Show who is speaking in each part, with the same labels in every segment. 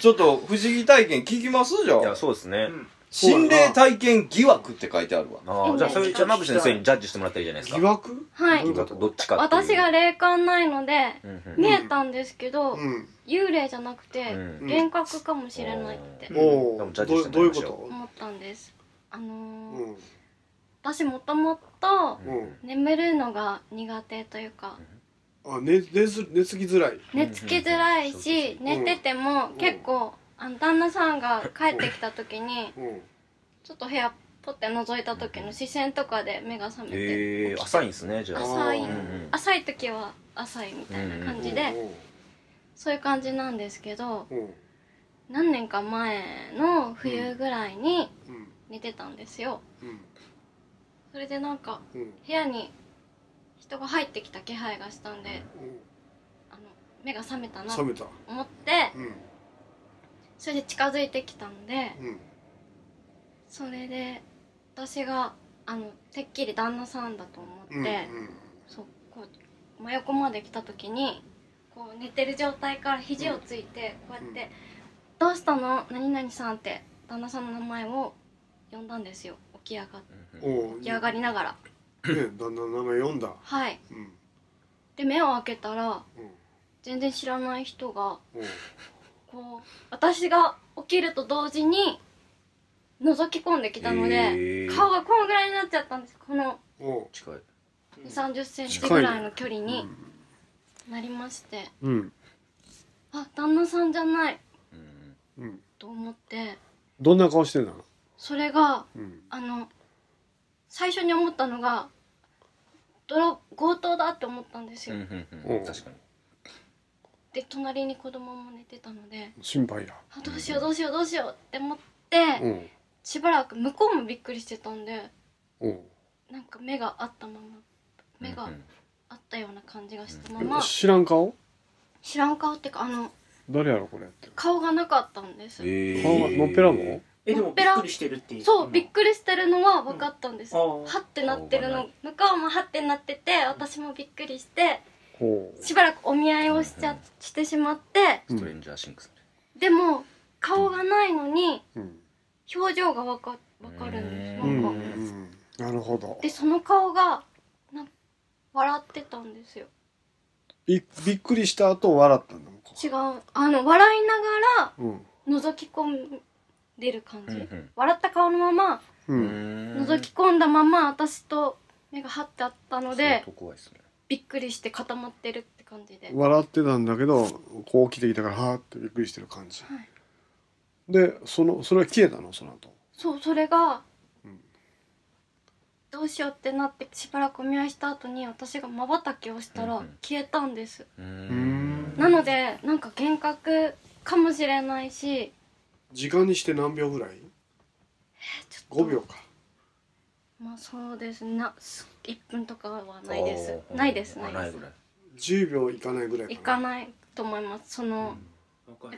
Speaker 1: ちょっと不思議体験聞きますじゃ
Speaker 2: いや、
Speaker 1: あ。
Speaker 2: そうですね。
Speaker 3: うん
Speaker 1: 心霊体験疑惑って書いてあるわ。
Speaker 2: ああ、じゃあ、それ、山口先生にジャッジしてもらったらいいじゃないです
Speaker 3: 疑
Speaker 2: か。
Speaker 3: 惑
Speaker 4: はい
Speaker 3: どういうこと
Speaker 2: どっちかっていう
Speaker 4: 私が霊感ないので
Speaker 2: うんうん
Speaker 4: 見えたんですけど、
Speaker 3: うん
Speaker 4: 幽霊じゃなくて、
Speaker 2: うん
Speaker 4: 幻覚かもしれないって
Speaker 3: お
Speaker 2: で
Speaker 3: お
Speaker 2: もジャッジ
Speaker 3: ど
Speaker 2: して
Speaker 3: う
Speaker 2: も
Speaker 3: どう
Speaker 2: ら
Speaker 3: い
Speaker 2: いうましょう
Speaker 3: こ
Speaker 4: 思ったんですあ
Speaker 3: と
Speaker 4: のー
Speaker 3: うん
Speaker 4: 私もともと
Speaker 3: うん
Speaker 4: 眠るのが苦手というか
Speaker 3: あ寝寝ず寝つきづらい
Speaker 4: 寝つきづらいし
Speaker 3: ん
Speaker 4: 寝てても結構あの旦那さんが帰ってきた時に
Speaker 3: うん
Speaker 4: ちょっと部屋ポッて覗いた時の視線とかで目が覚めて
Speaker 2: ええー、浅いんですね、じゃあ。
Speaker 4: 浅い
Speaker 3: うん
Speaker 2: うん
Speaker 4: 浅い時は浅いみたいな感じでそういう感じなんですけど
Speaker 3: うんうん
Speaker 4: 何年か前の冬ぐらいに
Speaker 3: うん
Speaker 4: 寝てたんですよ
Speaker 3: うん
Speaker 4: それでなんか
Speaker 3: うんうん
Speaker 4: 部屋に人が入ってきた気配がしたんであの目が覚めたな
Speaker 3: 冷
Speaker 4: と
Speaker 3: めた
Speaker 4: 思って
Speaker 3: うん
Speaker 4: それで近づいてきたんで
Speaker 3: うん
Speaker 4: それで私があのてっきり旦那さんだと思って、
Speaker 3: うん
Speaker 4: そうこう真横まで来た時にこう寝てる状態から肘をついてこうやって「どうしたの何々さん」って旦那さんの名前を呼んだんですよ起き上がっ
Speaker 2: うん
Speaker 3: う
Speaker 2: うん
Speaker 3: んおお
Speaker 4: 起き上がりながら
Speaker 3: ね旦那の名前読んだ
Speaker 4: はい
Speaker 3: うん
Speaker 4: で目を開けたら
Speaker 3: うん
Speaker 4: 全然知らない人が
Speaker 3: うん
Speaker 4: こう私が起きると同時に覗き込んできたので、
Speaker 2: えー
Speaker 4: 顔がこのぐらいになっちゃったんですこの
Speaker 3: おう
Speaker 2: 近い。
Speaker 4: 2 3 0センチ
Speaker 3: 近いね
Speaker 4: ぐらいの距離になりまして、
Speaker 3: うん
Speaker 4: あ旦那さんじゃない
Speaker 2: うん
Speaker 3: うん
Speaker 4: と思って
Speaker 3: どんな顔してんだろ
Speaker 4: それが
Speaker 3: ううん
Speaker 4: あの最初に思ったのが泥強盗だって思ったんです
Speaker 2: う
Speaker 4: よ、
Speaker 2: んうんう
Speaker 3: お
Speaker 2: ん。確かに。
Speaker 4: で隣に子供も寝てたので
Speaker 3: 心配だ
Speaker 4: あどうしようどうしようどうしようって思って、
Speaker 3: うん
Speaker 4: しばらく向こうもびっくりしてたんで
Speaker 3: おう
Speaker 4: なんか目があったまま目が
Speaker 2: うん
Speaker 4: あったような感じがしたまま
Speaker 3: 知らん顔
Speaker 4: 知らん顔ってかあの
Speaker 3: 誰やろこれって
Speaker 4: 顔がなかったんです、
Speaker 2: え
Speaker 3: 顔がのっぺらぼう
Speaker 5: えでもびっくりしてるっていう
Speaker 4: そうびっくりしてるのは分かったんです、
Speaker 5: うんあー
Speaker 4: はってなってるの向こうもはってなってて私もびっくりして
Speaker 3: ほう
Speaker 4: しばらくお見合いをしちゃしてしまって
Speaker 2: ストレンジャーシンクス。
Speaker 4: でも顔がないのに
Speaker 3: うん
Speaker 4: 表情が分か分かるんです
Speaker 3: うん
Speaker 4: な
Speaker 3: うんん
Speaker 4: か
Speaker 3: なるほど
Speaker 4: でその顔がなんか笑ってたんですよ
Speaker 3: びびっくりした後笑ったんだもん
Speaker 4: 違うあの笑いながら
Speaker 3: うん
Speaker 4: 覗き込んでる感じ、
Speaker 2: うんうん
Speaker 4: 笑った顔のまま
Speaker 3: う
Speaker 2: うんん
Speaker 4: 覗き込んだまま私と目が張ってあった
Speaker 2: 相
Speaker 4: ので
Speaker 2: 当怖いですね。
Speaker 4: びっくりして固まってるって感じで
Speaker 3: 笑ってたんだけどこう起きてきたからはーってびっくりしてる感じ、
Speaker 4: はい
Speaker 3: でそのそれは消えたのその後
Speaker 4: そうそれが
Speaker 3: うん
Speaker 4: どうしようってなってしばらくお見合いした後に私がまばたきをした
Speaker 2: う
Speaker 4: ら
Speaker 2: んうん
Speaker 4: 消えたんです
Speaker 2: う
Speaker 3: うーん
Speaker 4: なのでなんか幻覚かもしれないし
Speaker 3: 時間にして何秒ぐらい
Speaker 4: ちょっと
Speaker 3: 5秒か
Speaker 4: まあそうですなす1分とかはないです
Speaker 2: あー
Speaker 4: ないです
Speaker 2: あ
Speaker 4: ないです
Speaker 2: ぐらい。
Speaker 3: 10秒いかないぐらい
Speaker 4: い
Speaker 3: か
Speaker 4: か
Speaker 3: な
Speaker 4: ないと思いますその、
Speaker 5: うん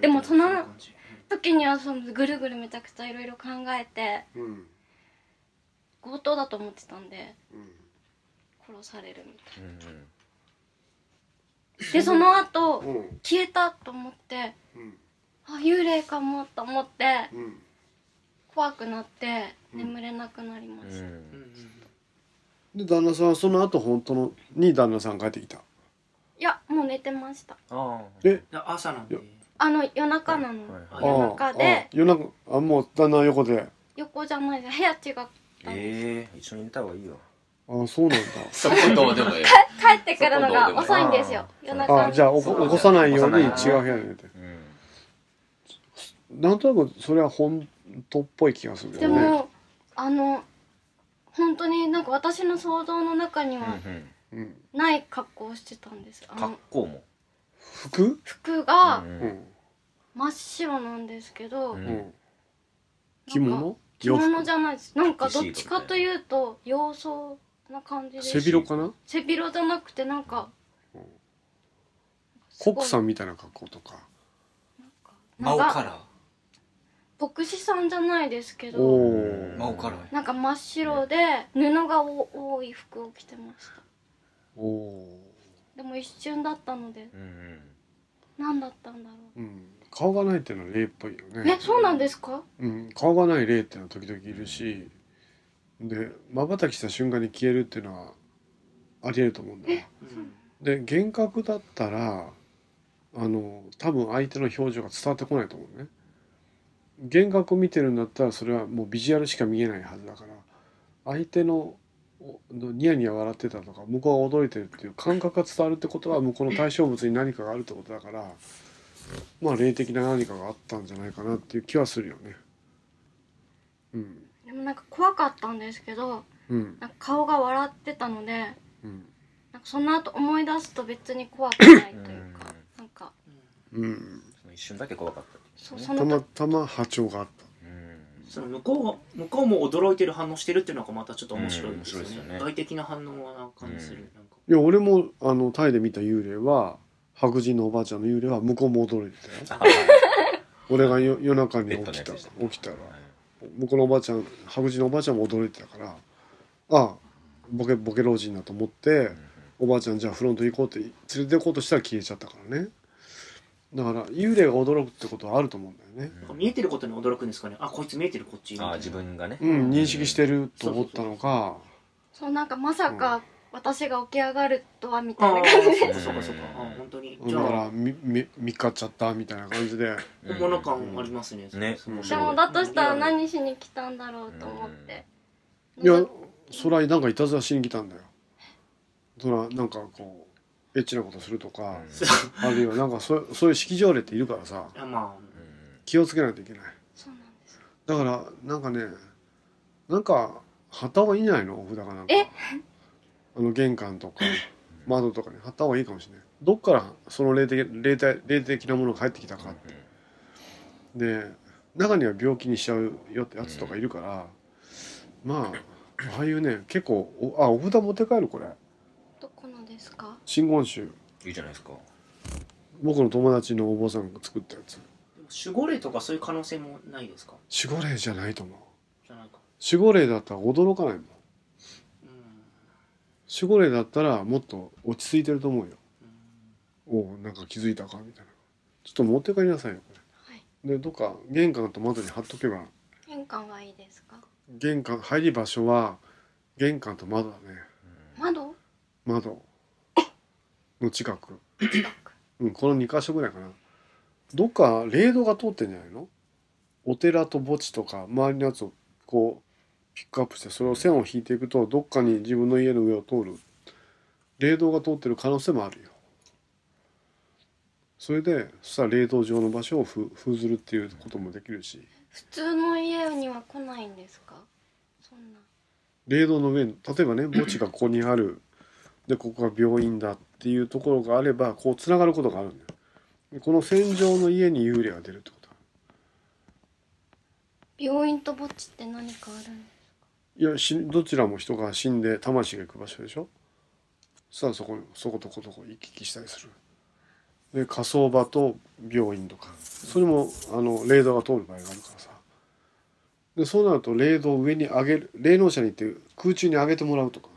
Speaker 4: でもその
Speaker 5: 感じ
Speaker 4: 時にはそのぐるぐるめちゃくちゃいろいろ考えて
Speaker 3: うん
Speaker 4: 強盗だと思ってたんで
Speaker 3: うん
Speaker 4: 殺されるみたい
Speaker 2: うんうん
Speaker 4: なでその後
Speaker 3: うん
Speaker 4: 消えたと思って
Speaker 3: うん
Speaker 4: あ幽霊かもと思って
Speaker 3: うん
Speaker 4: 怖くなって
Speaker 3: うん
Speaker 4: 眠れなくなりま
Speaker 2: う
Speaker 4: した、
Speaker 5: うん
Speaker 2: ん。
Speaker 3: で旦那さんはその後本当のに旦那さん帰ってきた
Speaker 4: いやもう寝てました
Speaker 2: ああ。
Speaker 3: え
Speaker 5: うん朝なんで
Speaker 3: よ
Speaker 4: あの夜中なの、
Speaker 2: はい
Speaker 5: あ
Speaker 2: はい
Speaker 5: 夜
Speaker 4: 中で
Speaker 3: あー夜中あもう旦那は横で
Speaker 4: 横じゃないです部屋違ったんです
Speaker 2: ええ、一緒に寝た方がいいよ。
Speaker 3: あーそうなん だ
Speaker 1: そこどうでもいい。
Speaker 4: 帰ってくるのが遅いんですよ
Speaker 2: そこ
Speaker 4: 夜
Speaker 2: どうでもいい
Speaker 3: あ
Speaker 4: 中
Speaker 3: ー
Speaker 4: に
Speaker 3: じゃあ起こ起こさないように違う部屋に寝て
Speaker 2: うん。
Speaker 3: なんとなくそれは本当っぽい気がするよね
Speaker 4: でもあの本当になんか私の想像の中に
Speaker 2: う
Speaker 4: は
Speaker 2: んうん。
Speaker 3: うん、
Speaker 4: ない格好をしてたんですあの
Speaker 2: 格好も。
Speaker 3: 服
Speaker 4: 服が
Speaker 2: うん
Speaker 3: う
Speaker 2: うん
Speaker 3: ん
Speaker 4: 真っ白なんですけど、
Speaker 2: うん
Speaker 3: うん着物
Speaker 4: 着物じゃないですなんかどっちか
Speaker 2: ティッシュとかね
Speaker 4: というと洋装な感じで
Speaker 3: 背
Speaker 4: す
Speaker 3: 広かな
Speaker 4: 背広じゃなくてなんか
Speaker 3: コックさ
Speaker 4: ん
Speaker 3: んみたいな格好とか
Speaker 4: な
Speaker 1: 青
Speaker 4: ん
Speaker 1: カ
Speaker 4: か
Speaker 1: ラ
Speaker 4: 牧師さんじゃないですけ
Speaker 3: お
Speaker 4: ど
Speaker 2: う
Speaker 1: ー。
Speaker 2: ん
Speaker 1: 青カラーや。
Speaker 4: なんか真っ白で布がお多い服を着てました
Speaker 3: おお
Speaker 4: でも一瞬だったので
Speaker 2: うん。
Speaker 4: 何だったんだろう
Speaker 3: ー、うん、顔がないっていうのは霊っぽいよね
Speaker 4: ね、そうなんですか
Speaker 3: うん、顔がない霊っていうのは時々いるしでまばたきした瞬間に消えるっていうのはありえると思うんだわ
Speaker 5: うん
Speaker 3: で幻覚だったらあの多分相手の表情が伝わってこないと思うね幻覚を見てるんだったらそれはもうビジュアルしか見えないはずだから相手のおのニヤニヤ笑ってたとか向こうが驚いてるっていう感覚が伝わるってことは向こうの対象物に何かがあるってことだからまあ霊的な何かがあったんじゃないかなっていう気はするよねうん
Speaker 4: でもなんか怖かったんですけど
Speaker 3: うん
Speaker 4: なんか顔が笑ってたのでなん
Speaker 3: うん
Speaker 4: かその後思い出すと別に怖くないというかなんか
Speaker 3: うん
Speaker 2: その一瞬だけ怖かったってい
Speaker 4: そうう
Speaker 2: ね
Speaker 3: た
Speaker 4: その
Speaker 3: ま
Speaker 4: 時
Speaker 3: たま波長があった
Speaker 2: うん
Speaker 5: その向こう向こうも驚いてる反応してるっていうのがまたちょっと面白いですよ
Speaker 2: うん面白い
Speaker 5: ね,、
Speaker 2: ですよね
Speaker 5: 外的な反応はなんか感じする、なんか
Speaker 3: いや俺もあのタイで見た幽霊は白人のおばあちゃんの幽霊は向こうも驚いてたよ
Speaker 2: はい
Speaker 3: 俺がよ夜中に起き
Speaker 2: ベッ
Speaker 3: た
Speaker 2: ドのやつで
Speaker 3: 起
Speaker 2: した
Speaker 3: きたら向こうのおばあちゃん白人のおばあちゃんも驚いてたからああボケボケ老人だと思っておばあちゃんじゃあフロント行こうって連れて行こうとしたら消えちゃったからねだから幽霊が驚くってことはあると思うんだよね
Speaker 5: なんか見えてることに驚くんですかねあこいつ見えてるこっちみたい
Speaker 2: あ
Speaker 5: な
Speaker 2: あ自分がね
Speaker 3: うん認識してると思ったのか
Speaker 4: そうなんかまさか私が起き上がるとはみたい
Speaker 5: あ
Speaker 4: な
Speaker 5: あ
Speaker 4: 感じで
Speaker 5: そうかそうかそうかあー本当に
Speaker 3: だ
Speaker 5: じ
Speaker 3: か
Speaker 5: ゃ
Speaker 3: ら
Speaker 5: あ
Speaker 3: みみ見っかっちゃったみたいな感じで
Speaker 2: うん
Speaker 5: 本物感ありますね、
Speaker 2: ね
Speaker 5: そう
Speaker 2: 面
Speaker 4: で
Speaker 2: 白
Speaker 4: も
Speaker 2: い
Speaker 4: だとしたら何しに来たんだろうと思って
Speaker 3: いやそらなんかいたずらしに来たんだよそらなんかこうエッチなことするとか、
Speaker 5: そう
Speaker 3: あるいはなんかそそういう式条例っているからさ
Speaker 5: あまあ
Speaker 3: 気をつけないといけない
Speaker 4: そうなんです
Speaker 3: だからなんかねなんか貼った方がいいんじゃないのお札かなんか
Speaker 4: え
Speaker 3: あの玄関とか窓とかに貼った方がいいかもしれないどっからその霊的霊体霊的なものが入ってきたかで中には病気にしちゃうよってやつとかいるから、まあああいうね結構おあお札持って帰るこれ
Speaker 4: どこのですか
Speaker 3: 真言宗
Speaker 2: いいじゃないですか
Speaker 3: 僕の友達のお坊さんが作ったやつ
Speaker 5: でも守護霊とかそういう可能性もないですか
Speaker 3: 守護霊じゃないと思う
Speaker 5: じゃないか
Speaker 3: 守護霊だったら驚かないもん
Speaker 5: うん
Speaker 3: 守護霊だったらもっと落ち着いてると思うよ
Speaker 5: うん
Speaker 3: おうなんか気づいたかみたいなちょっと持って帰りなさいよこ
Speaker 4: はい
Speaker 3: れでどっか玄関と窓に貼っとけば
Speaker 4: 玄関がいいですか
Speaker 3: 玄関入り場所は玄関と窓だね
Speaker 4: 窓
Speaker 3: 窓の近く
Speaker 4: 近く
Speaker 3: うんこの2箇所ぐらいかなどっか霊道が通ってんじゃないのお寺と墓地とか周りのやつをこうピックアップしてそれを線を引いていくとどっかに自分の家の上を通る霊道が通ってる可能性もあるよそれでそしたら霊道上の場所をふ封ずるっていうこともできるし
Speaker 4: 普通の家には来ないんですかそんな
Speaker 3: 霊道の上に例えばね墓地がここにあるでここが病院だっていうところがあればこうつながることがあるんだよでこの線上の家に幽霊が出るってこと
Speaker 4: 病院と墓地って何かあるん
Speaker 3: いやしどちらも人が死んで魂が行く場所でしょさあそこそことことこ行き来したりするで火葬場と病院とかそれもあの霊道が通る場合があるからさでそうなると霊道を上に上げる霊能者に行って空中に上げてもらうとか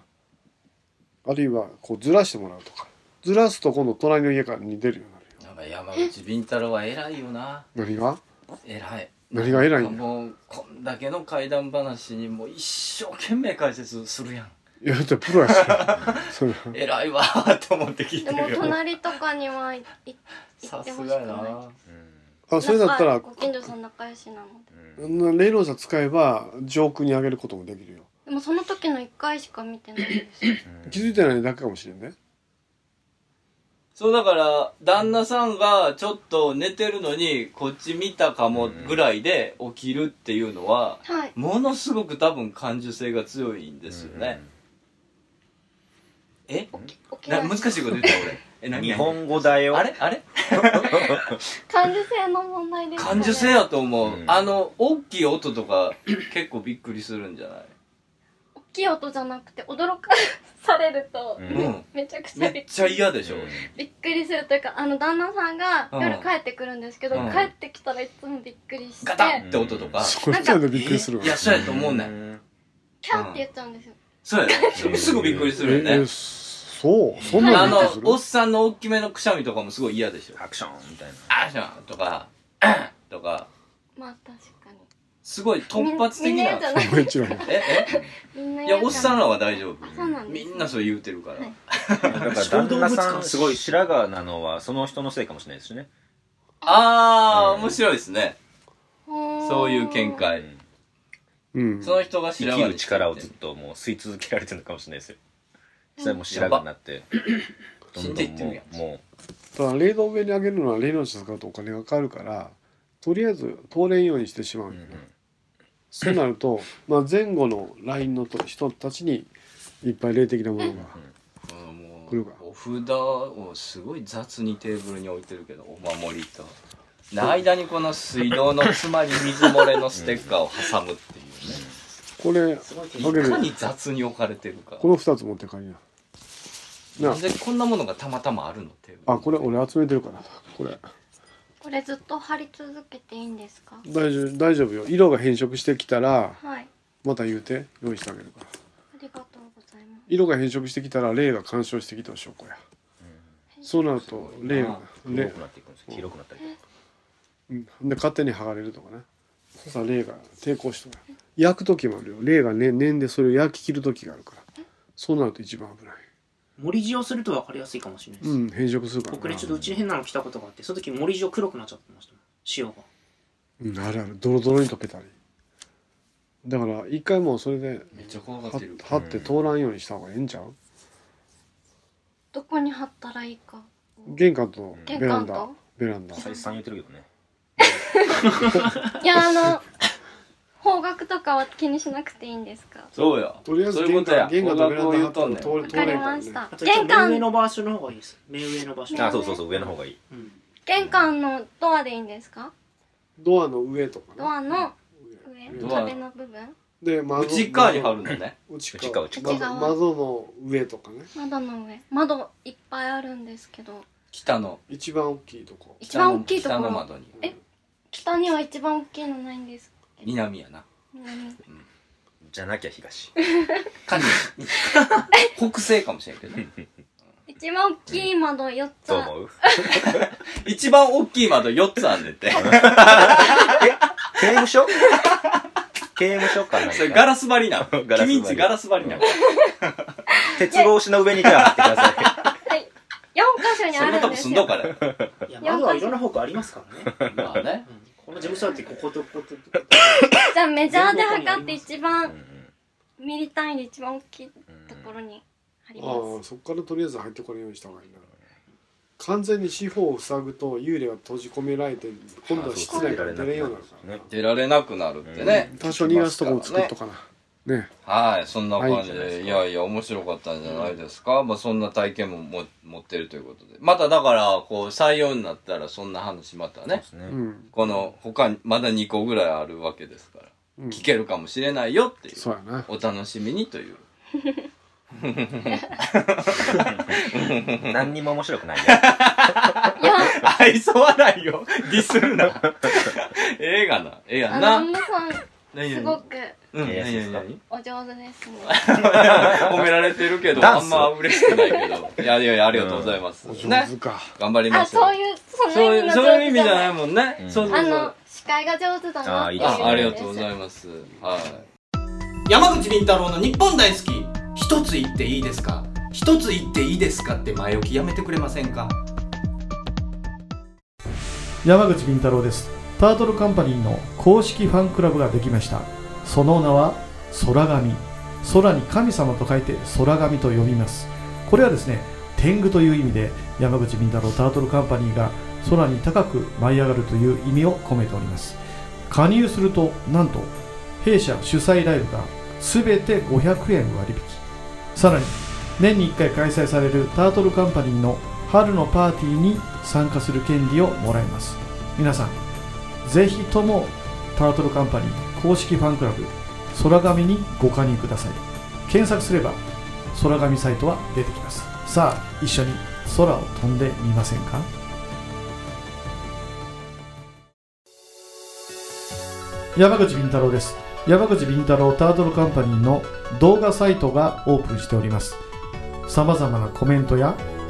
Speaker 3: あるいはこうずらしてもらうとかずらすと今度隣の家からに出るようになるよ
Speaker 1: なんか山口敏太郎は偉いよな
Speaker 3: 何が
Speaker 1: 偉い
Speaker 3: 何が偉いん
Speaker 1: な
Speaker 3: だ
Speaker 1: んかもうこんだけの怪談話にもう一生懸命解説するやん
Speaker 3: いやだってプロや しそれは
Speaker 1: 偉いわーと思って聞い
Speaker 4: で
Speaker 1: て
Speaker 4: も
Speaker 1: るよ
Speaker 4: 隣とかにはいい行
Speaker 1: さ
Speaker 4: って
Speaker 1: す
Speaker 4: ほしく
Speaker 1: がや
Speaker 4: ない
Speaker 1: な
Speaker 3: あそれだった
Speaker 4: な
Speaker 3: ら
Speaker 4: んかご近所さん仲良しなので
Speaker 3: 霊能者使えば上空に上げることもできるよ
Speaker 4: でもその時の1回しか見てないんですよ
Speaker 3: 気づいてないだけかもしれんね
Speaker 1: そうだから旦那さんがちょっと寝てるのにこっち見たかもぐらいで起きるっていうのは
Speaker 4: はい
Speaker 1: ものすごく多分感受性が強いんですよね、え
Speaker 4: 起き
Speaker 1: な
Speaker 4: ない
Speaker 1: 難しいこと言った俺え何
Speaker 2: 日本語だよ
Speaker 1: あれあれ
Speaker 4: 感受性の問題ですかね
Speaker 1: 感受性やと思う、
Speaker 2: うん
Speaker 1: あの大きい音とか結構びっくりするんじゃない
Speaker 4: 大きい音じゃなくて驚かされると、
Speaker 2: うん
Speaker 1: うん
Speaker 4: めちゃくち
Speaker 1: め
Speaker 4: ゃびっ
Speaker 1: っちゃ嫌でしょ、
Speaker 4: びっくりするというかあの旦那さんが
Speaker 1: うん
Speaker 4: 夜帰ってくるんですけど、
Speaker 1: うん
Speaker 4: 帰ってきたらいつもびっくりして
Speaker 1: ガタンって音とか、
Speaker 3: それちゃんとびっくりするわ
Speaker 1: いやそうやと思うねん、
Speaker 2: ん
Speaker 4: キャンって言っちゃうんですよ、
Speaker 1: そうやねすすぐびっくりするよ
Speaker 3: え
Speaker 1: ね
Speaker 3: えそうそんな
Speaker 1: あ
Speaker 3: んびっくりする
Speaker 1: のおっさんの大きめのくしゃみとかもすごい嫌でしょ
Speaker 2: アクションみたいな
Speaker 1: あーしゃんとか とか、
Speaker 4: まあ確かに
Speaker 1: すごい突発的
Speaker 4: みんみん
Speaker 1: な
Speaker 4: な嫌じ。ゃない
Speaker 3: もちろん
Speaker 1: え
Speaker 4: みんな
Speaker 1: えいや、
Speaker 4: 嫌じゃな
Speaker 1: おっさんらは大丈夫。
Speaker 4: あそうなんで
Speaker 1: み
Speaker 4: す
Speaker 1: んなそう言うてるから。
Speaker 4: はい
Speaker 2: だから
Speaker 5: 衝
Speaker 2: 旦
Speaker 5: 動物
Speaker 2: 那
Speaker 5: 感
Speaker 2: さんすごい白髪なのはその人のせいかもしれないですね、
Speaker 1: あー、
Speaker 2: うん
Speaker 1: 面白いですね。
Speaker 4: ほー
Speaker 1: そういう見解。
Speaker 2: うん
Speaker 3: うん
Speaker 1: その人が
Speaker 2: 生
Speaker 1: 白
Speaker 2: き
Speaker 1: 髪
Speaker 2: る
Speaker 1: に
Speaker 2: 力をずっともう吸い続けられてるのかもしれないですよそれもう白
Speaker 1: やば
Speaker 2: 髪になってど
Speaker 1: 死ん
Speaker 2: んど
Speaker 1: でいっ
Speaker 2: ん
Speaker 1: て
Speaker 2: も
Speaker 1: るや
Speaker 2: うも
Speaker 3: ただ例の上に上げるのは例の下使うとお金がかかるからとりあえず通れんようにしてしま
Speaker 2: う、
Speaker 3: う、
Speaker 2: うんうん
Speaker 3: そうなると、まあ、前後のラインのと人たちにいっぱい霊的なものが
Speaker 1: うんも
Speaker 3: 来
Speaker 1: う
Speaker 3: るか
Speaker 1: お札をすごい雑にテーブルに置いてるけどお守りとで間にこの水道のつまり水漏れのステッカーを挟むってい
Speaker 3: これ
Speaker 5: すごい
Speaker 3: か
Speaker 1: うね
Speaker 3: け
Speaker 1: い
Speaker 3: る
Speaker 1: かに雑に置かれてるか
Speaker 3: この2つ持って帰りな
Speaker 1: な
Speaker 3: なん
Speaker 1: でこんなものがたまたまあるのテーブル
Speaker 3: あこれ俺集めてるからこれ
Speaker 4: これずっと貼り続けていいんですか
Speaker 3: 大丈夫大丈夫よ色が変色してきたら
Speaker 4: はい
Speaker 3: また言うて用意してあげるから
Speaker 4: ありがとうございます
Speaker 3: 色が変色してきたら霊が干渉してきた証拠やそうなると霊が
Speaker 2: 黒
Speaker 3: 霊
Speaker 2: くなっていくんですよ黄色くなったり
Speaker 3: うんで勝手に剥がれるとかねそしたら霊が抵抗してない焼く時もあるよ霊がね念でそれを焼き切る時があるからそうなると一番危ない
Speaker 5: 盛り塩すると分かりやすいかもしれないです、
Speaker 3: うん変色するから
Speaker 5: 僕ね
Speaker 3: な
Speaker 5: ちょっとうちに変なの来たことがあってその時盛り塩黒くなっちゃってましたもん塩
Speaker 3: うん
Speaker 5: が
Speaker 3: あるあるドロドロに溶けたりだから一回もうそれで
Speaker 1: めっちゃ怖が
Speaker 3: は
Speaker 1: ってる
Speaker 3: 貼って通らんようにした方がええんちゃう
Speaker 4: どこに貼ったらいいか
Speaker 3: 玄関とベ
Speaker 4: 玄
Speaker 3: ラン
Speaker 4: 関
Speaker 3: ダ
Speaker 4: と
Speaker 3: ベランダ
Speaker 2: とか再三言ってるけどね
Speaker 4: いやあの方角とかは気にしなくていいんですか
Speaker 1: そうや
Speaker 3: とりあえず
Speaker 1: そういう
Speaker 3: 玄
Speaker 1: ことや
Speaker 3: 関玄関とベランダ貼
Speaker 1: 言
Speaker 3: っ
Speaker 1: ったとん
Speaker 3: ら
Speaker 1: ねん
Speaker 3: 通れ通れ
Speaker 4: わか
Speaker 3: んか
Speaker 4: り
Speaker 3: ら
Speaker 4: まし
Speaker 3: ね
Speaker 4: た
Speaker 5: あと一
Speaker 4: 玄
Speaker 5: 応目上
Speaker 4: 関
Speaker 5: の場所の方がいいです目上の場所
Speaker 4: ね
Speaker 2: あそうそうそう上の方がいい
Speaker 5: うん
Speaker 4: 玄関のドアでいいんですか
Speaker 3: ドアの上と
Speaker 4: ド
Speaker 3: かね
Speaker 4: アの
Speaker 1: ド
Speaker 4: 上
Speaker 1: ア
Speaker 4: 壁の部分
Speaker 3: で窓
Speaker 1: 内側に貼るのね
Speaker 3: 内
Speaker 2: 内側
Speaker 3: 側
Speaker 2: 内
Speaker 4: 側
Speaker 3: 窓窓の上とかね
Speaker 4: 窓の上窓いっぱいあるんですけど
Speaker 1: 北の
Speaker 3: 一番大きいとこ
Speaker 4: 一番大きいとこ
Speaker 1: 北の
Speaker 4: ろ
Speaker 1: 窓に
Speaker 4: え北には一番大きいのないんです
Speaker 1: 南やな
Speaker 4: 南
Speaker 2: じゃなきゃ東
Speaker 1: かに北西かもしれんけどね
Speaker 4: 一番大きい窓4つ
Speaker 2: どう思う
Speaker 1: 一番大きい窓4つあんねんって
Speaker 2: 刑務所刑務所かなんか
Speaker 1: それガラス張りな
Speaker 2: ガラス張り
Speaker 1: 君んちガラス張りな
Speaker 2: 鉄格子の上に手を張ってください
Speaker 4: はい4箇所に
Speaker 1: そ
Speaker 4: あ
Speaker 1: んな
Speaker 4: る
Speaker 1: とこ
Speaker 4: んです
Speaker 1: 住んど
Speaker 4: よ
Speaker 1: うから
Speaker 5: いや窓はいろんな方向ありますからね、
Speaker 1: まあね
Speaker 5: うんこの事務所だってこことこことここ
Speaker 4: じゃあメジャーで測って一
Speaker 2: う
Speaker 4: 番
Speaker 2: んうん
Speaker 4: ミリ単位で一番大きいところにあり
Speaker 3: あ
Speaker 4: ま
Speaker 3: あそこからとりあえず入ってこないようにした方がいいな完全に四方を塞ぐと幽霊は閉じ込められて今度は室内から出れんようになるからね
Speaker 1: 出られなくなるってね、
Speaker 3: 多少逃がすとこも作っとかなね
Speaker 1: はいそんな感じで、
Speaker 2: はい
Speaker 1: い、やいや面白かったんじゃないですか、まあそんな体験もも持ってるということでまただからこう採用になったらそんな話また
Speaker 2: そう
Speaker 1: ね
Speaker 2: ですね
Speaker 3: うん
Speaker 1: この他にまだ2個ぐらいあるわけですから
Speaker 3: うん
Speaker 1: 聞けるかもしれないよっていう
Speaker 3: そうやな
Speaker 1: お楽しみにという
Speaker 2: 何にも面白くないよ
Speaker 4: すいや
Speaker 1: 愛想笑いをディスるな映画な映画
Speaker 4: あ
Speaker 1: な
Speaker 4: の皆さんす
Speaker 1: 何
Speaker 4: ご
Speaker 1: 々
Speaker 4: く
Speaker 1: うん
Speaker 2: ええ
Speaker 1: 何々
Speaker 2: そうですか
Speaker 1: 何
Speaker 4: お上手です ね
Speaker 1: 々褒められてるけどあ
Speaker 2: ダン
Speaker 1: ん
Speaker 2: ス
Speaker 1: ま嬉しくないけどいやいやいやありがとうございます、
Speaker 3: お上
Speaker 1: ね
Speaker 3: 手 か
Speaker 1: 頑張りま
Speaker 4: あ
Speaker 1: しょう
Speaker 4: そういうそ
Speaker 1: そう
Speaker 4: の
Speaker 1: いう
Speaker 4: 意味の
Speaker 1: そういう
Speaker 4: 上
Speaker 1: 意
Speaker 4: 手
Speaker 1: 味
Speaker 4: じ
Speaker 1: じ
Speaker 4: ゃ
Speaker 1: ゃ
Speaker 4: な
Speaker 1: ない
Speaker 4: い
Speaker 1: もんね。
Speaker 2: うん
Speaker 1: そうそう
Speaker 4: あ
Speaker 1: そう
Speaker 4: の司会が上手だなっていう
Speaker 1: あ、ありがとうございます。はい。山口倫太郎の日本大好き。一つ言っていいですか。一つ言っていいですかって前置きやめてくれませんか。
Speaker 6: 山口敏太郎ですタートルカンパニーの公式ファンクラブができましたその名は空神空に神様と書いて空神と呼びますこれはですね天狗という意味で山口敏太郎タートルカンパニーが空に高く舞い上がるという意味を込めております加入するとなんと弊社主催ライブが全て500円割引さらに年に1回開催されるタートルカンパニーの春のパーティーに参加する権利をもらいます皆さんぜひともタートルカンパニー公式ファンクラブ空紙にご加入ください検索すれば空紙サイトは出てきますさあ一緒に空を飛んでみませんか山口敏太郎です山口敏太郎タートルカンパニーの動画サイトがオープンしておりますさまざまなコメントや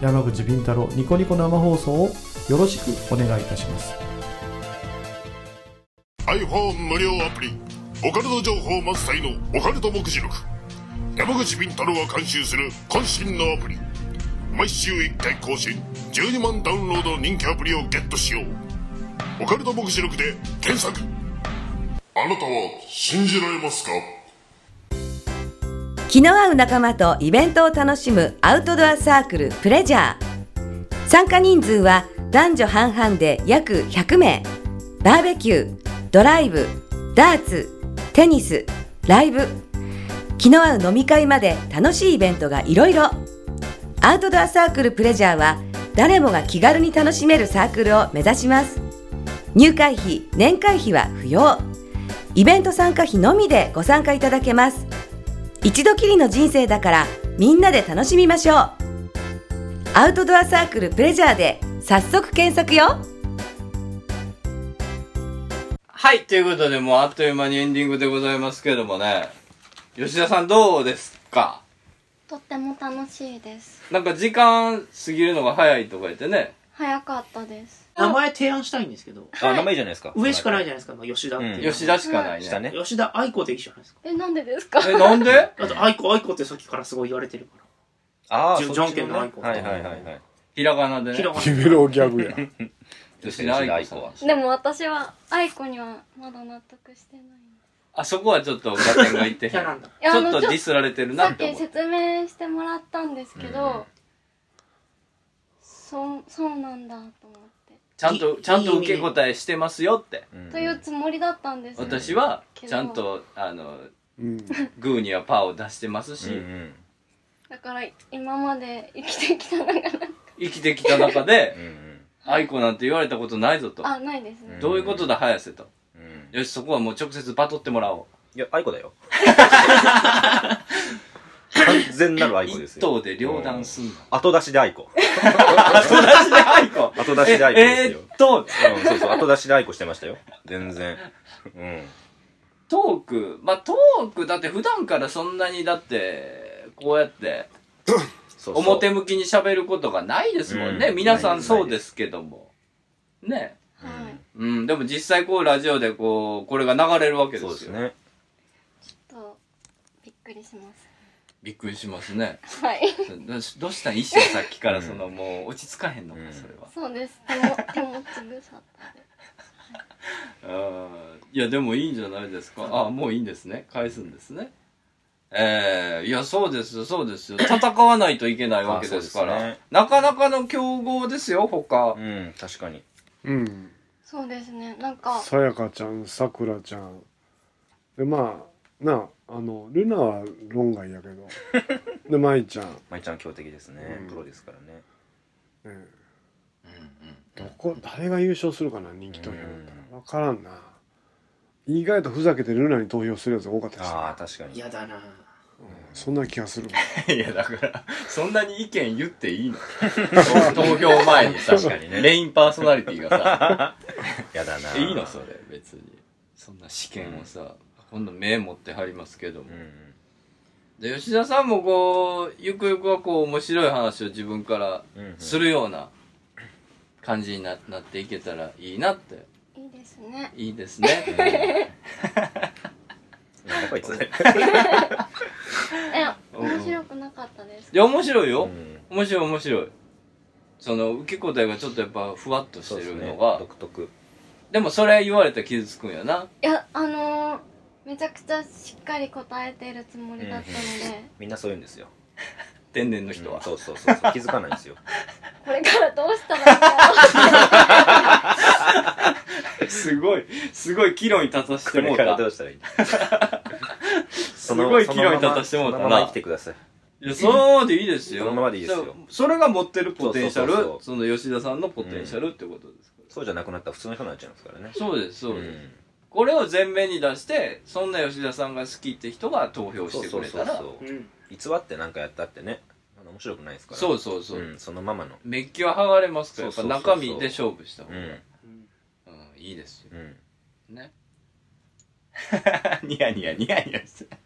Speaker 6: 山口敏太郎ニコニコ生放送をよろしくお願いいたします
Speaker 7: iPhone 無料アプリオカルト情報満載のオカルト目次録山口敏太郎が監修する渾身のアプリ毎週1回更新12万ダウンロードの人気アプリをゲットしようオカルト目次録で検索あなたは信じられますか
Speaker 8: 気の合う仲間とイベントを楽しむアウトドアサークルプレジャー参加人数は男女半々で約100名バーベキュードライブダーツテニスライブ気の合う飲み会まで楽しいイベントがいろいろアウトドアサークルプレジャーは誰もが気軽に楽しめるサークルを目指します入会費年会費は不要イベント参加費のみでご参加いただけます一度きりの人生だからみんなで楽しみましょうアウトドアサークルプレジャーで早速検索よ
Speaker 1: はい、ということで、もうあっという間にエンディングでございますけどもね、吉田さんどうですか
Speaker 4: とっても楽しいです
Speaker 1: なんか時間過ぎるのが早いとか言ってね。
Speaker 4: 早かったです
Speaker 5: 名前提案したいんですけど、
Speaker 2: あ、名前いいじゃないですか。
Speaker 5: 上しかないじ
Speaker 2: ゃ
Speaker 5: ゃないですか、まあ、吉田っていう。
Speaker 1: 吉田しかない
Speaker 2: 下
Speaker 1: ね。
Speaker 2: ね。
Speaker 5: 吉田愛子でいいじゃないですか。
Speaker 4: えなんでですか
Speaker 1: え、なんで
Speaker 5: だって愛子愛子ってさっきからすごい言われてるか
Speaker 2: ああ、
Speaker 5: じゅ
Speaker 2: そっち
Speaker 5: じゃんけんのアイコン
Speaker 2: はいはいはいはい。
Speaker 1: ひらがなで
Speaker 5: ら。
Speaker 1: ね
Speaker 5: ひ。らがな
Speaker 3: ヒメロギャグや。
Speaker 1: 吉田愛子さん。
Speaker 4: でも私は愛子にはまだ納得してない
Speaker 1: あそこはちょっとガテンがいってへん。
Speaker 5: キャラなんだ。
Speaker 4: いや
Speaker 1: ち
Speaker 4: あ
Speaker 1: ょっ
Speaker 4: の
Speaker 1: とデ
Speaker 4: ちょ
Speaker 1: ィスられてる
Speaker 4: さ
Speaker 1: なっ
Speaker 4: って
Speaker 1: 思
Speaker 4: き
Speaker 1: う。
Speaker 4: 説明してもらったんですけど、
Speaker 2: うん
Speaker 4: そうそうなんだと思って、
Speaker 1: ちゃんと、ちゃんと受け答えしてますよって。
Speaker 2: うん
Speaker 4: というつもりだったんですけど
Speaker 1: 私は、ちゃんと、あの、
Speaker 3: うん。
Speaker 1: グーにはパーを出してますし、
Speaker 2: うん
Speaker 4: だから今まで生きてきた中で
Speaker 1: 生きてきた中で
Speaker 2: うんう、ん
Speaker 1: 愛子なんて言われたことないぞと。
Speaker 4: あないですね、
Speaker 1: どういうことだ、早瀬と。
Speaker 2: うんうん。
Speaker 1: よし、そこはもう直接バトってもらお
Speaker 2: いや、アイコだよ。完全なるア
Speaker 1: う。
Speaker 2: イコで
Speaker 1: 一
Speaker 2: すよ。
Speaker 1: 頭で両断すんの。
Speaker 2: 後出しでアイコ。
Speaker 1: 後出しで愛子。
Speaker 2: 後出しでアイコで
Speaker 1: え。
Speaker 2: すよ
Speaker 1: えーっと、
Speaker 2: うん、そうそう、後出しでアイコしてましたよ。全然。うん。
Speaker 1: トーク、まあ、トーク、だって普段からそんなに、だって、こうやって、
Speaker 2: そうそう
Speaker 1: 表向きに喋ることがないですもんね。
Speaker 2: うん
Speaker 1: 皆さんそうですけども。ね。
Speaker 4: はい
Speaker 1: うん、でも実際こうラジオでこう、これが流れるわけです
Speaker 2: そ
Speaker 1: よ。
Speaker 2: うです。ね。
Speaker 4: とびっくりします
Speaker 1: びっくりしますね。
Speaker 4: はい
Speaker 1: そどうしどうしたん一生さっきからその、もう落ち着かへんのか
Speaker 2: う、ん
Speaker 1: それは。
Speaker 4: そうです手も手もつぶさったで
Speaker 1: あーいやでもいいんじゃないですかあもういいんですね返すんですねええいやそうですそうですよ戦わないといけないわけですから
Speaker 2: あそうですね
Speaker 1: なかなかの強豪ですよ他
Speaker 2: うん、確かに。
Speaker 3: うん。
Speaker 4: そうですねなんか
Speaker 3: さやかちゃん、さくらちゃん。で、まあ、なあ、あの、ルナは論外やけど。で、まいちゃん。
Speaker 2: 舞ちゃん強敵ですね
Speaker 3: う。ん
Speaker 2: プロですからね。
Speaker 3: ねどこ、誰が優勝するかな、人気投票だった
Speaker 2: う
Speaker 3: ら。わからんな。意外とふざけてルナに投票するやつが多かったですね
Speaker 2: ああ、確かに。
Speaker 5: 嫌だなぁ
Speaker 3: そんな気がする。
Speaker 1: いやだからそんなに意見言っていいの 投票前にさ
Speaker 2: 確かにね
Speaker 1: メインパーソナリティがさ
Speaker 2: 嫌だな。
Speaker 1: いいのそれ別にそんな試験をさ、今度目持ってはりますけども、
Speaker 2: うんうん。
Speaker 1: で吉田さんもこうゆくゆくはこう面白い話を自分から
Speaker 2: うんうん
Speaker 1: するような感じにななっていけたらいいなって
Speaker 4: いいですね
Speaker 1: いいですね
Speaker 2: やばいっすね。
Speaker 4: え面白くなかったです
Speaker 1: いや面白いうよ、
Speaker 2: ん
Speaker 1: 面白い面白いその受け答えがちょっとやっぱふわっとし
Speaker 2: そう
Speaker 1: て
Speaker 2: です
Speaker 1: る
Speaker 2: ね
Speaker 1: のがで,、
Speaker 2: 独特。
Speaker 1: もそれ言われたら傷つくんやない
Speaker 4: やあのー、めちゃくちゃしっかり答えてるつもりだったので、
Speaker 2: みんなそういうんですよ。
Speaker 1: 天然の人
Speaker 2: う
Speaker 1: は
Speaker 2: ん、そうそうそうそう。気づかないん ですよ。
Speaker 4: これからどうしたらいいだろ う
Speaker 1: すごいすごい岐路に立たせ
Speaker 2: こ
Speaker 1: ても
Speaker 2: れ
Speaker 1: う
Speaker 2: から
Speaker 1: た
Speaker 2: どうしたらいい
Speaker 1: すごい岐路に立たせてもうた
Speaker 2: そのままそのまま
Speaker 1: な
Speaker 2: 生きてください。
Speaker 1: いや、そうでいいですよ。
Speaker 2: そのままでいいですよ
Speaker 1: そそれが持ってるポテンシャル、
Speaker 2: そう
Speaker 1: そ
Speaker 2: そうそう
Speaker 1: の吉田さんのポテンシャルってことですから。
Speaker 2: そうじゃなくなったら普通の人になっちゃいますからね。
Speaker 1: そうです、そう
Speaker 2: う
Speaker 1: です。
Speaker 2: ん
Speaker 1: これを前面に出して、そんな吉田さんが好きって人が投票し
Speaker 2: そう
Speaker 1: て
Speaker 2: そ
Speaker 1: く
Speaker 2: う
Speaker 1: れ
Speaker 2: そ
Speaker 1: た
Speaker 2: う
Speaker 1: ら、
Speaker 2: そうう。
Speaker 5: ん
Speaker 2: 偽ってなんかやったってね、あの面白くないですから。
Speaker 1: そうそうそう。
Speaker 2: うん、そのままの。
Speaker 1: メッキは剥がれますから、やっ
Speaker 2: そ
Speaker 1: ぱ
Speaker 2: うそうそう
Speaker 1: 中身で勝負した方
Speaker 2: う
Speaker 1: が、
Speaker 2: ん、
Speaker 5: うん
Speaker 1: うんいいですよ。
Speaker 2: うん。
Speaker 1: ね。ニヤニヤニヤニヤして。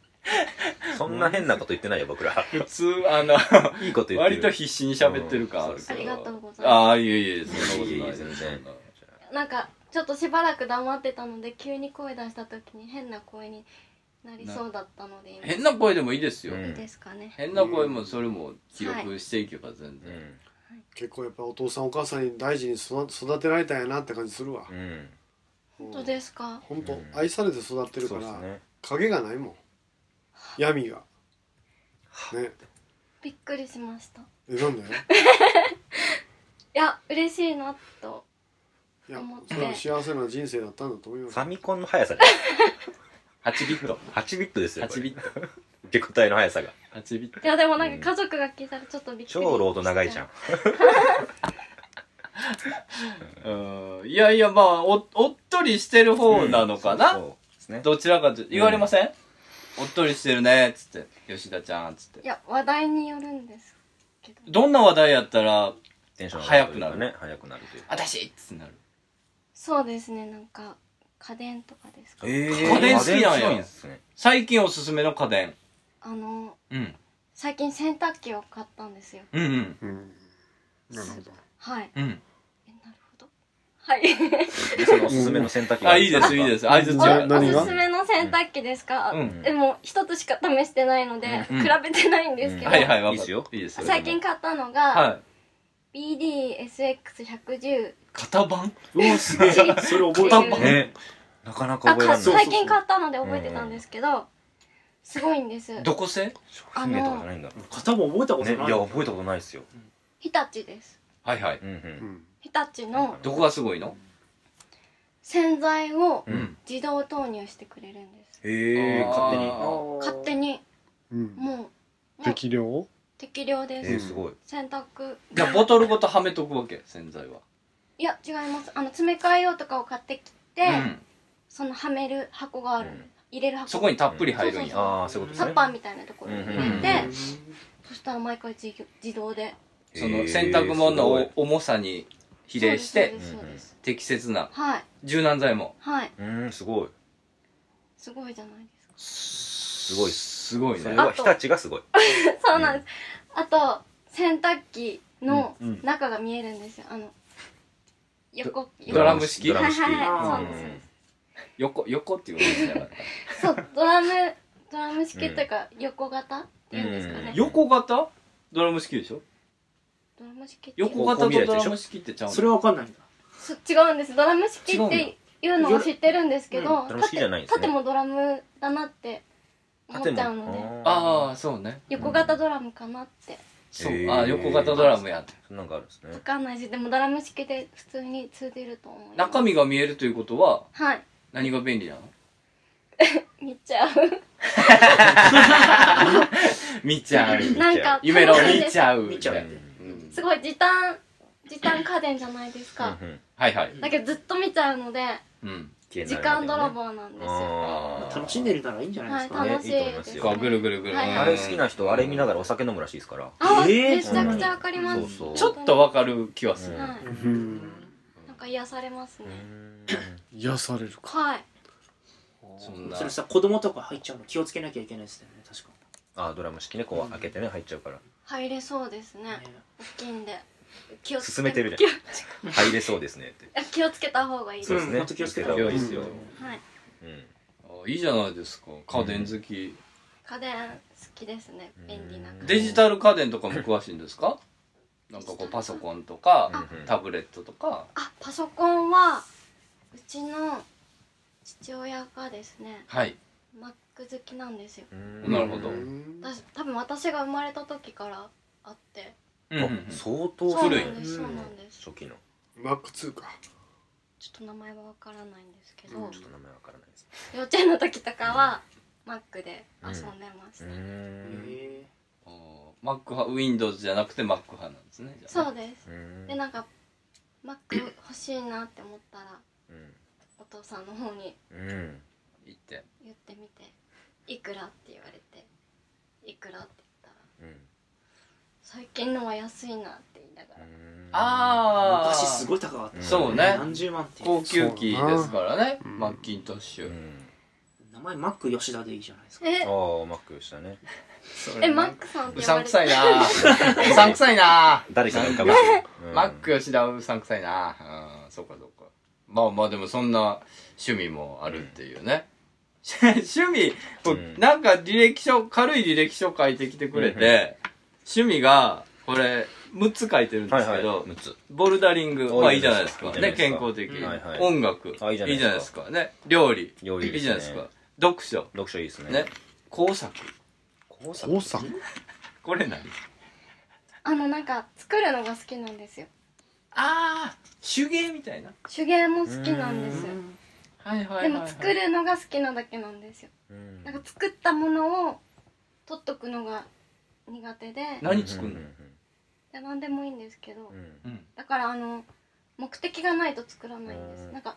Speaker 2: そんな変なこと言ってないよ、僕ら。
Speaker 1: 普通、あの、
Speaker 2: いいこと 言ってる。
Speaker 1: 割と必死に喋ってる感ある
Speaker 4: あ
Speaker 1: け
Speaker 4: り
Speaker 1: ど。
Speaker 4: がとうございま
Speaker 1: ああ、いえいえ、そんなことないです
Speaker 2: いえいえ全然
Speaker 4: すなんかちょっとしばらく黙ってたので急に声出した時に変な声になりそうだったので今
Speaker 1: 変な声でもいいですよ。
Speaker 2: うん
Speaker 4: いいですかね
Speaker 1: 変な声もそれも記録していけば全
Speaker 2: う
Speaker 1: 然、
Speaker 2: ん。
Speaker 3: 結構やっぱお父さんお母さんに大事に育育てられたんやなって感じするわ
Speaker 2: うん。
Speaker 3: うん
Speaker 4: 本当ですか
Speaker 3: 本当、
Speaker 2: うん
Speaker 3: 愛されて育ってる
Speaker 2: そ
Speaker 3: か
Speaker 2: うです
Speaker 3: ら、
Speaker 2: ね。
Speaker 3: 影がないもん闇がね
Speaker 4: びっくりしましたい
Speaker 3: えな んで
Speaker 4: や嬉しいなと
Speaker 3: いや
Speaker 4: 思って
Speaker 3: それは幸せな人生だったんだと思います
Speaker 2: ファミコンの速さです。
Speaker 1: 8ビット
Speaker 2: 8ビットですよ。これ
Speaker 1: 8ビット
Speaker 2: 受け答えの速さが。
Speaker 1: 8ビット
Speaker 4: いやでもなんか家族が聞いたらちょっとびっくり
Speaker 2: 超ロード長いじゃん。
Speaker 1: うんいやいやまあおおっとりしてる方なのかな、
Speaker 2: そうですね。
Speaker 1: どちらかと言われません、おっとりしてるねっつって吉田ちゃんっつっ
Speaker 4: い
Speaker 1: て
Speaker 4: や話題によるんですけど
Speaker 1: どんな話題やったら
Speaker 2: テンション
Speaker 1: 速くなる
Speaker 2: ね。速くなるという
Speaker 1: 「私!」っつってなる
Speaker 4: そうですねなんか家電とかですか、
Speaker 1: 家電好きなんや
Speaker 2: 家電強いですね。
Speaker 1: 最近おすすめの家電、
Speaker 4: あの
Speaker 1: うん、
Speaker 4: 最近洗濯機を買ったんですよ
Speaker 1: うんうん
Speaker 3: うんなるほど
Speaker 4: はい
Speaker 1: うん
Speaker 4: えなるほどはい
Speaker 2: で、そのおすすめの選択。
Speaker 1: あいいですいいですす相槌
Speaker 3: じゃあ
Speaker 1: は
Speaker 4: お
Speaker 3: 何が
Speaker 4: おすすめの洗濯機ですか、
Speaker 1: うん
Speaker 4: でも一つしか試してないので、
Speaker 1: うん
Speaker 4: 比べてないんですけど、
Speaker 2: うん
Speaker 1: はいはいわかった
Speaker 2: いいですよ
Speaker 1: いいですよ
Speaker 4: 最近買ったのが、
Speaker 1: はい
Speaker 4: BDSX110
Speaker 1: 型番
Speaker 5: うわすげえそれ覚え
Speaker 4: 型
Speaker 5: て
Speaker 4: 番
Speaker 5: る
Speaker 2: ね。なかなか
Speaker 4: あ
Speaker 2: 覚えら
Speaker 4: か
Speaker 2: れない。
Speaker 4: 最近買ったので覚えてたんですけど、すごいんです
Speaker 1: どこ製
Speaker 4: あ
Speaker 2: 商品名とかじゃ
Speaker 4: の
Speaker 2: ないんだろう
Speaker 5: 型も覚えたこと
Speaker 2: ね、い
Speaker 5: ない
Speaker 2: や、覚えたことないですよ。
Speaker 4: 日立です
Speaker 1: はいはい
Speaker 2: うんう。
Speaker 3: うんん
Speaker 4: 日立の
Speaker 1: どこがすごいの
Speaker 4: 洗剤を
Speaker 2: うん。
Speaker 4: 自動投入してくれるんです
Speaker 2: へえ、
Speaker 1: あー
Speaker 2: 勝手に。
Speaker 4: 勝手に
Speaker 3: うん
Speaker 4: もうもう
Speaker 3: 適量を
Speaker 4: 適量で
Speaker 2: え
Speaker 4: す、
Speaker 2: ー、すごい。
Speaker 4: 洗濯
Speaker 1: じゃあボトルごとはめとくわけ洗剤はい
Speaker 4: や違いますあの詰め替え用とかを買ってきて、
Speaker 1: うん
Speaker 4: そのはめる箱がある、
Speaker 2: うん
Speaker 4: 入れる箱
Speaker 1: そこにたっぷり入るん
Speaker 4: そう
Speaker 1: や
Speaker 2: ああ、そういうことです
Speaker 4: タ
Speaker 2: ね。
Speaker 4: ッパーみたいなところに入れて、
Speaker 2: うんうん
Speaker 1: で
Speaker 4: そしたら毎回自自動で
Speaker 1: その洗濯物のお重さに比例し
Speaker 4: そう
Speaker 1: て
Speaker 4: ですそうです、
Speaker 1: 適切な
Speaker 4: はい
Speaker 1: 柔軟剤も
Speaker 4: はい
Speaker 2: うん、すごい。
Speaker 4: すごいじゃないで
Speaker 1: す
Speaker 2: す
Speaker 4: すか
Speaker 2: ごいっす。
Speaker 1: すごい
Speaker 2: それ
Speaker 1: ね
Speaker 2: は日立がすごい。
Speaker 4: そうなんです、あと洗濯機の
Speaker 1: うんうん
Speaker 4: 中が見えるんですよあの横
Speaker 1: ドラム式
Speaker 2: ドラム式。
Speaker 4: はいは
Speaker 2: う
Speaker 4: い
Speaker 2: ん
Speaker 4: そう
Speaker 1: 横横っていうことじゃなかった
Speaker 4: そうドラムドラム式っていうか横型っていうんですかね、
Speaker 2: うん
Speaker 1: 横型ドラム式でしょ
Speaker 4: ドラム式っていう
Speaker 1: 横型とドラム式ってちゃうの
Speaker 5: それは分かんないんだ
Speaker 4: そ違うんですドラム式
Speaker 1: 違う
Speaker 4: っ
Speaker 1: んだ
Speaker 4: ていうのを知ってるんですけど、
Speaker 2: うんドラム式じゃないんですね
Speaker 4: 縦もドラムだなって思っ
Speaker 2: 縦
Speaker 4: ち
Speaker 2: も
Speaker 4: ゃうので
Speaker 1: ああそうね
Speaker 4: 横型ドラムかなって
Speaker 1: そう
Speaker 2: へー
Speaker 1: あー横型ドラムやって
Speaker 2: あ。なんかあるんですね
Speaker 4: 分。かんないしでもドラム式で普通に通じると思います
Speaker 1: 中身が見えるということは
Speaker 4: はい
Speaker 1: 何が便利なの
Speaker 4: 見ちゃう
Speaker 1: 見ちゃう
Speaker 4: なんか
Speaker 1: 夢の
Speaker 4: 楽しいで
Speaker 1: 見
Speaker 4: す
Speaker 1: ちゃう
Speaker 5: 見ちゃう
Speaker 1: うん
Speaker 4: すごい時短時短家電じゃないですか、
Speaker 2: うんうん
Speaker 1: はいはい
Speaker 4: だけどずっと見ちゃうので
Speaker 1: うん
Speaker 4: 時間泥。棒なんですよ、
Speaker 2: あー
Speaker 5: 楽しんでるならいいんじゃないですか
Speaker 4: はい
Speaker 2: ね
Speaker 4: 楽しいで
Speaker 2: い
Speaker 4: す
Speaker 2: いと
Speaker 1: こ
Speaker 2: 思
Speaker 1: うぐるぐるぐる
Speaker 4: はいはい
Speaker 2: あれ好きな人、あれ見ながらお酒飲むらしいですから。
Speaker 4: あ、
Speaker 5: えー
Speaker 4: めちゃくちゃわかります、
Speaker 2: うんそうそう
Speaker 1: ちょっとわかる気はする
Speaker 4: はい、
Speaker 3: うん
Speaker 4: なんか癒されますね、
Speaker 3: 癒されるか
Speaker 4: はい
Speaker 1: そんな
Speaker 5: それさ子供とか入っちゃうの気をつけなきゃいけないですよね確か
Speaker 2: ああ、ドラム式ね、こう開けてね、入っちゃうから。
Speaker 4: 入れそうですね
Speaker 5: ね
Speaker 4: 大きいんで気をつけ
Speaker 2: 進めてるじ
Speaker 4: 気を
Speaker 2: 入れそうですねって。
Speaker 4: 気をつけ た方がいいです
Speaker 2: そうです
Speaker 5: うん
Speaker 2: ね。
Speaker 5: 本当気をつけた
Speaker 2: 方
Speaker 5: 方
Speaker 2: が
Speaker 5: が
Speaker 2: い
Speaker 5: い
Speaker 2: い
Speaker 5: い
Speaker 2: で
Speaker 5: です
Speaker 2: よ
Speaker 5: すよ。
Speaker 4: はい
Speaker 2: うん。
Speaker 1: あいいじゃないですか家電好き、
Speaker 4: 家電好きですね便利な
Speaker 2: うん
Speaker 1: デジタル家電とかも詳しいんです かなんかこうパソコンとか
Speaker 2: うんうん
Speaker 1: タブレットとか
Speaker 4: あパソコンはうちの父親がですね
Speaker 1: はい
Speaker 4: マック好きなんですよ
Speaker 2: うん
Speaker 1: なるほど
Speaker 3: うん
Speaker 4: 私多分私が生まれた時からあって
Speaker 1: うんうんうん
Speaker 2: あ相当
Speaker 4: そう
Speaker 2: 古
Speaker 4: ないんですそうなんです
Speaker 2: 初期の
Speaker 3: マック2か
Speaker 4: ちょっと名前はわからないんですけど、
Speaker 3: うん
Speaker 2: ちょっと名前わからないです
Speaker 4: 幼稚園の時とかはマックで遊んでました、
Speaker 2: ん
Speaker 5: へ
Speaker 1: あー Mac 派 Windows じゃなくて Mac 派なんですねじゃあ
Speaker 4: そうです
Speaker 2: うん
Speaker 4: でなんか Mac 欲しいなって思ったら
Speaker 2: うん
Speaker 4: お父さんの方に
Speaker 2: うん
Speaker 1: 行って
Speaker 4: 言ってみて「いくら?」って言われて「いくら?」って言ったら
Speaker 2: うん
Speaker 4: 「最近のは安いな」って言いながら
Speaker 1: あ
Speaker 5: 昔すごい高かった、
Speaker 2: うん
Speaker 1: そうね
Speaker 5: 何十万っていう
Speaker 1: 高級機ですからね
Speaker 3: そうだなうん
Speaker 1: マッキントッシ
Speaker 2: う
Speaker 1: ュ、
Speaker 2: ん
Speaker 5: 名前マック吉田でいいじゃないですか
Speaker 4: え
Speaker 2: ああマックしたね
Speaker 1: それ
Speaker 4: えマックさんっ
Speaker 1: う
Speaker 4: て呼
Speaker 1: さん
Speaker 4: ばれ
Speaker 1: く
Speaker 4: て
Speaker 1: さいな ぁうさんくさいなぁ
Speaker 2: 誰かが浮かぶてるうん
Speaker 1: マック吉田はうさんくさいなぁうんそうかそうかまあまあでもそんな趣味もあるっていうね、 趣味、
Speaker 2: うん
Speaker 1: なんか履歴書軽い履歴書書いてきてくれ
Speaker 2: うんう
Speaker 1: て、趣味がこれ6つ書いてるんで
Speaker 2: はい
Speaker 1: す
Speaker 2: は
Speaker 1: け
Speaker 2: い
Speaker 1: ど、
Speaker 2: 6つ
Speaker 1: ボルダリング、
Speaker 2: お
Speaker 1: まあいいじゃないですか。
Speaker 2: いいじゃない
Speaker 1: ね、
Speaker 2: ですか
Speaker 1: 健康的。
Speaker 5: うんはい
Speaker 2: はい
Speaker 1: 音楽
Speaker 2: あいいじゃないですか
Speaker 1: かね、料理。
Speaker 2: 料理いい
Speaker 1: い
Speaker 2: で
Speaker 1: い
Speaker 2: す
Speaker 1: じ
Speaker 2: ね
Speaker 1: ゃないですか。読書。
Speaker 2: 読書いいですね
Speaker 1: ね。工作。
Speaker 2: 工作
Speaker 3: 工作
Speaker 1: これ何
Speaker 4: あのなんか作るのが好きなんですよ
Speaker 1: ああ手芸みたいな。
Speaker 4: 手芸も好きなんですよ
Speaker 1: はいは
Speaker 4: でも作るのが好きなだけなんですよ
Speaker 2: うん
Speaker 4: なんか作ったものを取っとくのが苦手で
Speaker 1: 何作るの
Speaker 2: うん
Speaker 4: で何でもいいんですけど
Speaker 2: うんうん
Speaker 1: うん。
Speaker 4: だからあの目的がないと作らないんで
Speaker 2: う
Speaker 4: す
Speaker 2: ん
Speaker 4: なんか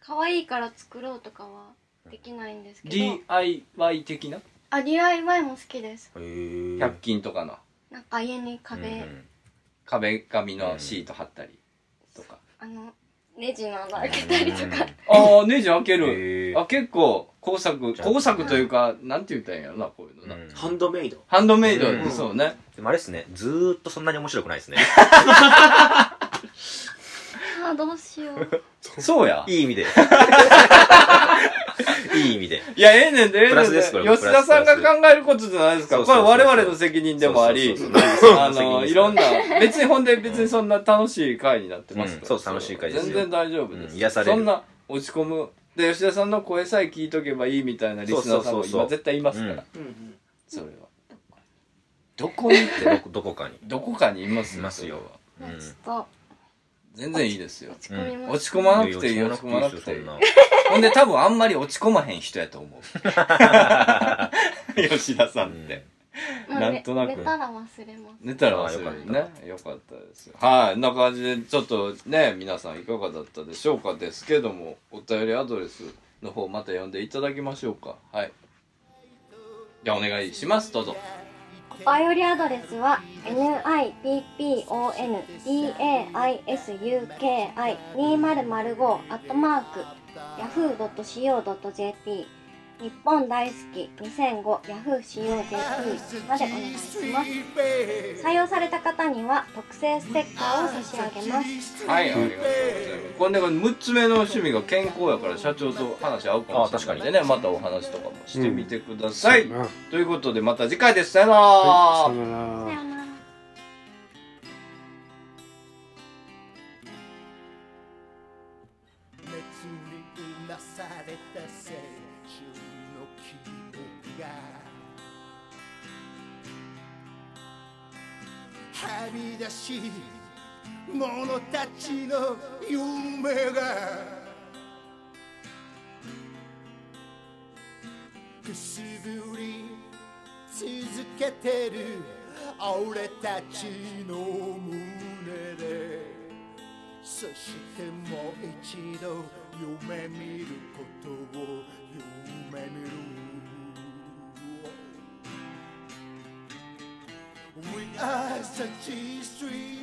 Speaker 4: 可愛いから作ろうとかはできないんですけど
Speaker 1: DIY 的な
Speaker 4: あ DIY も好きです
Speaker 2: へー
Speaker 1: ?100 均とかの
Speaker 4: なんか家に壁、
Speaker 2: うん
Speaker 1: 壁紙のシート貼ったりとか。
Speaker 4: あのネジの穴開けたりとか、
Speaker 1: ああ、ネジ開ける。
Speaker 2: へー
Speaker 1: あ、結構工作、工作というか、なんて言ったらいいんやろな、こういうのな。
Speaker 2: うん
Speaker 5: ハンドメイド
Speaker 1: ハンドメイド
Speaker 2: う、ん
Speaker 1: そうね。
Speaker 2: でもあれですねずーっとそんなに面白くないですね
Speaker 4: ああどうしよう
Speaker 1: そうや。
Speaker 2: いい意味でいい意味で
Speaker 1: いや、ええねんで、ええ
Speaker 2: プ
Speaker 1: ね
Speaker 2: ラ
Speaker 1: ん
Speaker 2: ス
Speaker 1: で。
Speaker 2: ですこれも
Speaker 1: 吉田さんが考えることじゃないですか。
Speaker 2: そう
Speaker 1: こ
Speaker 2: そう
Speaker 1: れ
Speaker 2: そう
Speaker 1: 我々の責任でもあり
Speaker 2: そうそうそうそう
Speaker 1: あ
Speaker 2: 責任
Speaker 1: の、
Speaker 2: です
Speaker 1: いろんな、別に、ほんで別にそんな楽しい回になってますから。
Speaker 2: うんそう楽しい回ですよ
Speaker 1: 全然大丈夫です。
Speaker 2: うん癒される
Speaker 1: そんな、落ち込む。で、吉田さんの声さえ聞いとけばいいみたいなリスナーさん
Speaker 2: そうそうそ
Speaker 1: も
Speaker 2: うそう
Speaker 1: 今絶対いますから。
Speaker 5: うんうん
Speaker 1: それは。どこにって、
Speaker 2: どこどこかに
Speaker 1: どこかにいます
Speaker 2: いますよ
Speaker 1: それは
Speaker 2: う
Speaker 4: まあ
Speaker 2: ん
Speaker 4: ちょっと
Speaker 1: 全然いいです よ
Speaker 4: 落。ち込みま
Speaker 1: 落
Speaker 4: す、
Speaker 1: ち込まなくていい、落ち込まなくていい。ほんで多分あんまり落ち込まへん人やと思 う。 吉田さんって。
Speaker 4: まあ
Speaker 1: な
Speaker 4: ね
Speaker 1: んとなく
Speaker 4: 寝たら忘れます
Speaker 1: 寝たら忘れるねよかったですよはいな感じでちょっとね皆さんいかがだったでしょうかですけどもお便りアドレスの方また読んでいただきましょうかはいじゃあお願いしますどうぞ
Speaker 4: お便りアドレスは nippondaisuki2005 アットマーク yahoo.co.jp 日本大好き2005 yahoo.co.jp までお願いします採用された方には特製ステッカーを差し上げます
Speaker 1: はいありがとうございますこれねこれ6つ目の趣味が健康やから社長と話合うかもしれないんでねまたお話とかもしてみてください、
Speaker 3: な
Speaker 1: ということでまた次回ですさよなら、
Speaker 3: はいさよな
Speaker 4: さ
Speaker 3: ら
Speaker 4: ようなら
Speaker 9: 熱にうなされた青春の記憶がはみ出し者たちの夢がくすぶり続けてる俺たちの胸でそしてもう一度夢見ることを夢見る We are such a street